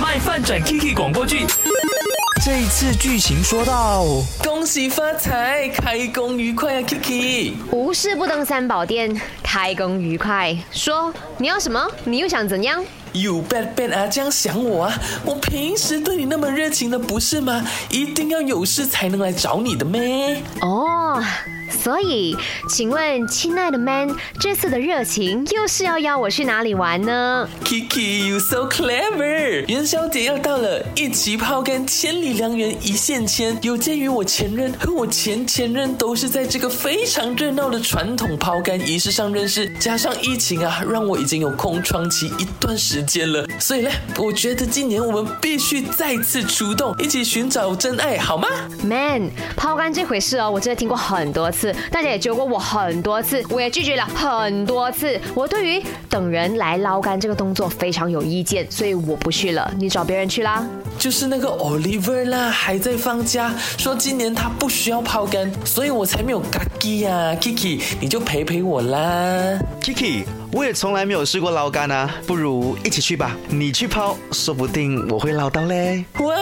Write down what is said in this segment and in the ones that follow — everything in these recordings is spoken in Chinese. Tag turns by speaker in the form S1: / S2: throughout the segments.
S1: 卖饭转 Kiki 广播剧。
S2: 这一次剧情说到，
S1: 恭喜发财，开工愉快啊，Kiki！
S3: 无事不登三宝殿，开工愉快。说你要什么？你又想怎样？
S1: 有 bad bad 啊，这样想我啊！我平时对你那么热情的，不是吗？一定要有事才能来找你的咩？
S3: 哦，所以，请问亲爱的 man，这次的热情又是要邀我去哪里玩呢？
S1: Kiki, you so clever！元宵节要到了，一起抛竿千里良缘一线牵。有鉴于我前任和我前前任都是在这个非常热闹的传统抛竿仪式上认识，加上疫情啊，让我已经有空窗期一段时间了。所以呢，我觉得今年我们必须再次出动，一起寻找真爱，好吗？
S3: Man，抛竿这回事哦，我真的听过很多次，大家也揪过我很多次，我也拒绝了很多次。我对于等人来捞竿这个动作非常有意见，所以我不去了，你找别人去啦。
S1: 就是那个 Oliver 啦，还在放假，说今年他不需要抛竿，所以我才没有嘎叽呀，Kiki，你就陪陪我啦。
S2: Kiki，我也从来没有试过捞竿啊，不如一起去吧，你去抛，说不定我会捞到嘞。
S1: 哇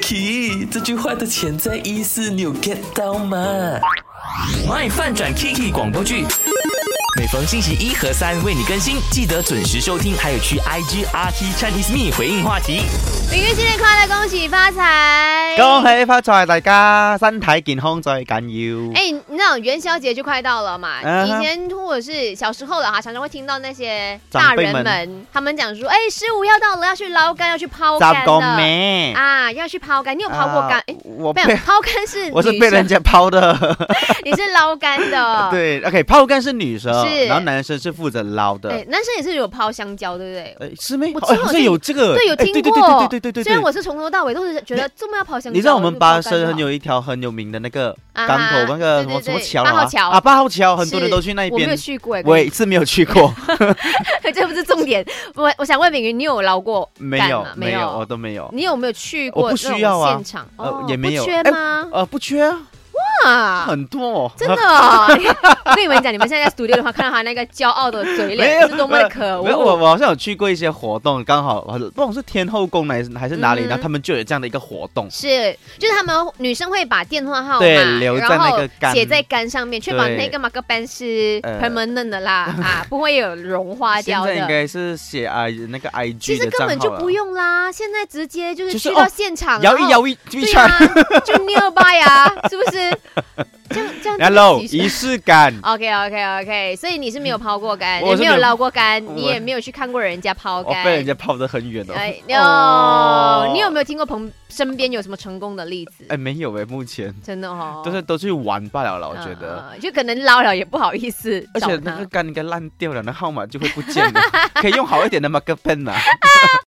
S1: ，Kiki，这句话的潜在意思你有 get 到吗？
S4: My 饭转 Kiki 广播剧，每逢星期一和三为你更新，记得准时收听，还有去 IG RT Chinese Me 回应话题。
S3: 明月新年快乐，恭喜发财！
S5: 恭喜发财，大家身体健康最緊要。
S3: 哎，你知道元宵节就快到了嘛？
S5: 嗯
S3: 以
S5: 哼
S3: 前或者是小时候了哈，常常会听到那些大
S5: 长辈
S3: 人
S5: 们
S3: 们，他们讲说，哎，十五要到了，要去捞竿，要去抛竿
S5: 十個
S3: 的
S5: 咩？
S3: 啊，要去抛竿。你有抛过竿？哎、
S5: 我
S3: 没
S5: 被
S3: 有， 抛竿是
S5: 我是
S3: 女
S5: 被
S3: 生
S5: 人家抛的。
S3: 你是捞竿的，。
S5: 对，OK，抛竿是女生
S3: 是，
S5: 然后男生是负责捞的。
S3: 哎，男生也是有抛香蕉，对不对？
S5: 哎，是咩？
S3: 我
S5: 好
S3: 记得
S5: 好
S3: 我
S5: 像
S3: 听
S5: 有这个，
S3: 对，有
S5: 哎
S3: 听过。
S5: 对对对对对对对
S3: 虽然
S5: 对。
S3: 我是从头到尾都是觉得这么要抛香蕉，
S5: 你知道我们巴生很
S3: 就
S5: 有一条很有名的那个
S3: 啊
S5: 港口那个
S3: 对
S5: 什
S3: 对
S5: 么什么
S3: 对
S5: 桥
S3: 八
S5: 啊
S3: 号桥
S5: 啊八号桥，
S3: 抛竿嘛
S5: 很多人都去那
S3: 是我没有
S5: 边。
S3: 去过，哎
S5: 我也是没有去过，
S3: 这不是重点。我我想问敏云，你有捞过
S5: 没
S3: 竿
S5: 有
S3: 吗
S5: 没
S3: 没
S5: 有，哦我都没有。
S3: 你有没有去过
S5: 我不
S3: 那种
S5: 需要啊
S3: 现场？
S5: 呃
S3: 哦
S5: 也没有
S3: 不缺
S5: 哎
S3: 吗？
S5: 呃，不缺啊，
S3: 啊，
S5: 很多哦。
S3: 真的 哦！我跟你们讲，你们现在在 studio 的话，看到他那个骄傲的嘴
S5: 没
S3: 脸，
S5: 有
S3: 是多么的可
S5: 没有，我
S3: 恶。
S5: 我好像有去过一些活动，刚好不知道是天后宫还是还是哪里，
S3: 嗯
S5: 然后他们就有这样的一个活动。
S3: 是，就是他们女生会把电话号码，
S5: 对留在
S3: 然后
S5: 那个杆
S3: 写在杆上面，确保
S5: 对
S3: 那个马克班是
S5: 呃
S3: permanent 的啦，啊，不会有融化
S5: 现
S3: 掉
S5: 在应
S3: 的。
S5: 该是写啊那个 IG
S3: 其实
S5: 的账
S3: 根
S5: 号
S3: 本就
S5: 了
S3: 不用啦，现在直接就是
S5: 就是
S3: 去到
S5: 哦
S3: 现场，
S5: 摇一
S3: 然后
S5: 摇一一
S3: 对
S5: 圈
S3: 啊，就 nearby 啊，是不是？这样这样就
S5: ，Hello，
S3: 几十
S5: 仪式感。
S3: OK OK OK，所以你是没有抛过竿，
S5: 我
S3: 也
S5: 是
S3: 没
S5: 没
S3: 有
S5: 有
S3: 捞过竿，
S5: 我
S3: 你也没有去看过人家抛
S5: 我
S3: 竿。
S5: 被人家抛得很远哦。
S3: 哎哟、
S5: 哦
S3: 你有没有听过朋身边有什么成功的例子？
S5: 哎，没有哎，目前
S3: 真的哦，
S5: 都是都去玩罢了了，我觉得。
S3: 嗯、就可能捞了也不好意思
S5: 而
S3: 找
S5: 且那
S3: 他
S5: 个。杆应该烂掉了，那号码就会不见了。可以用好一点的 marker pen 啊嘛。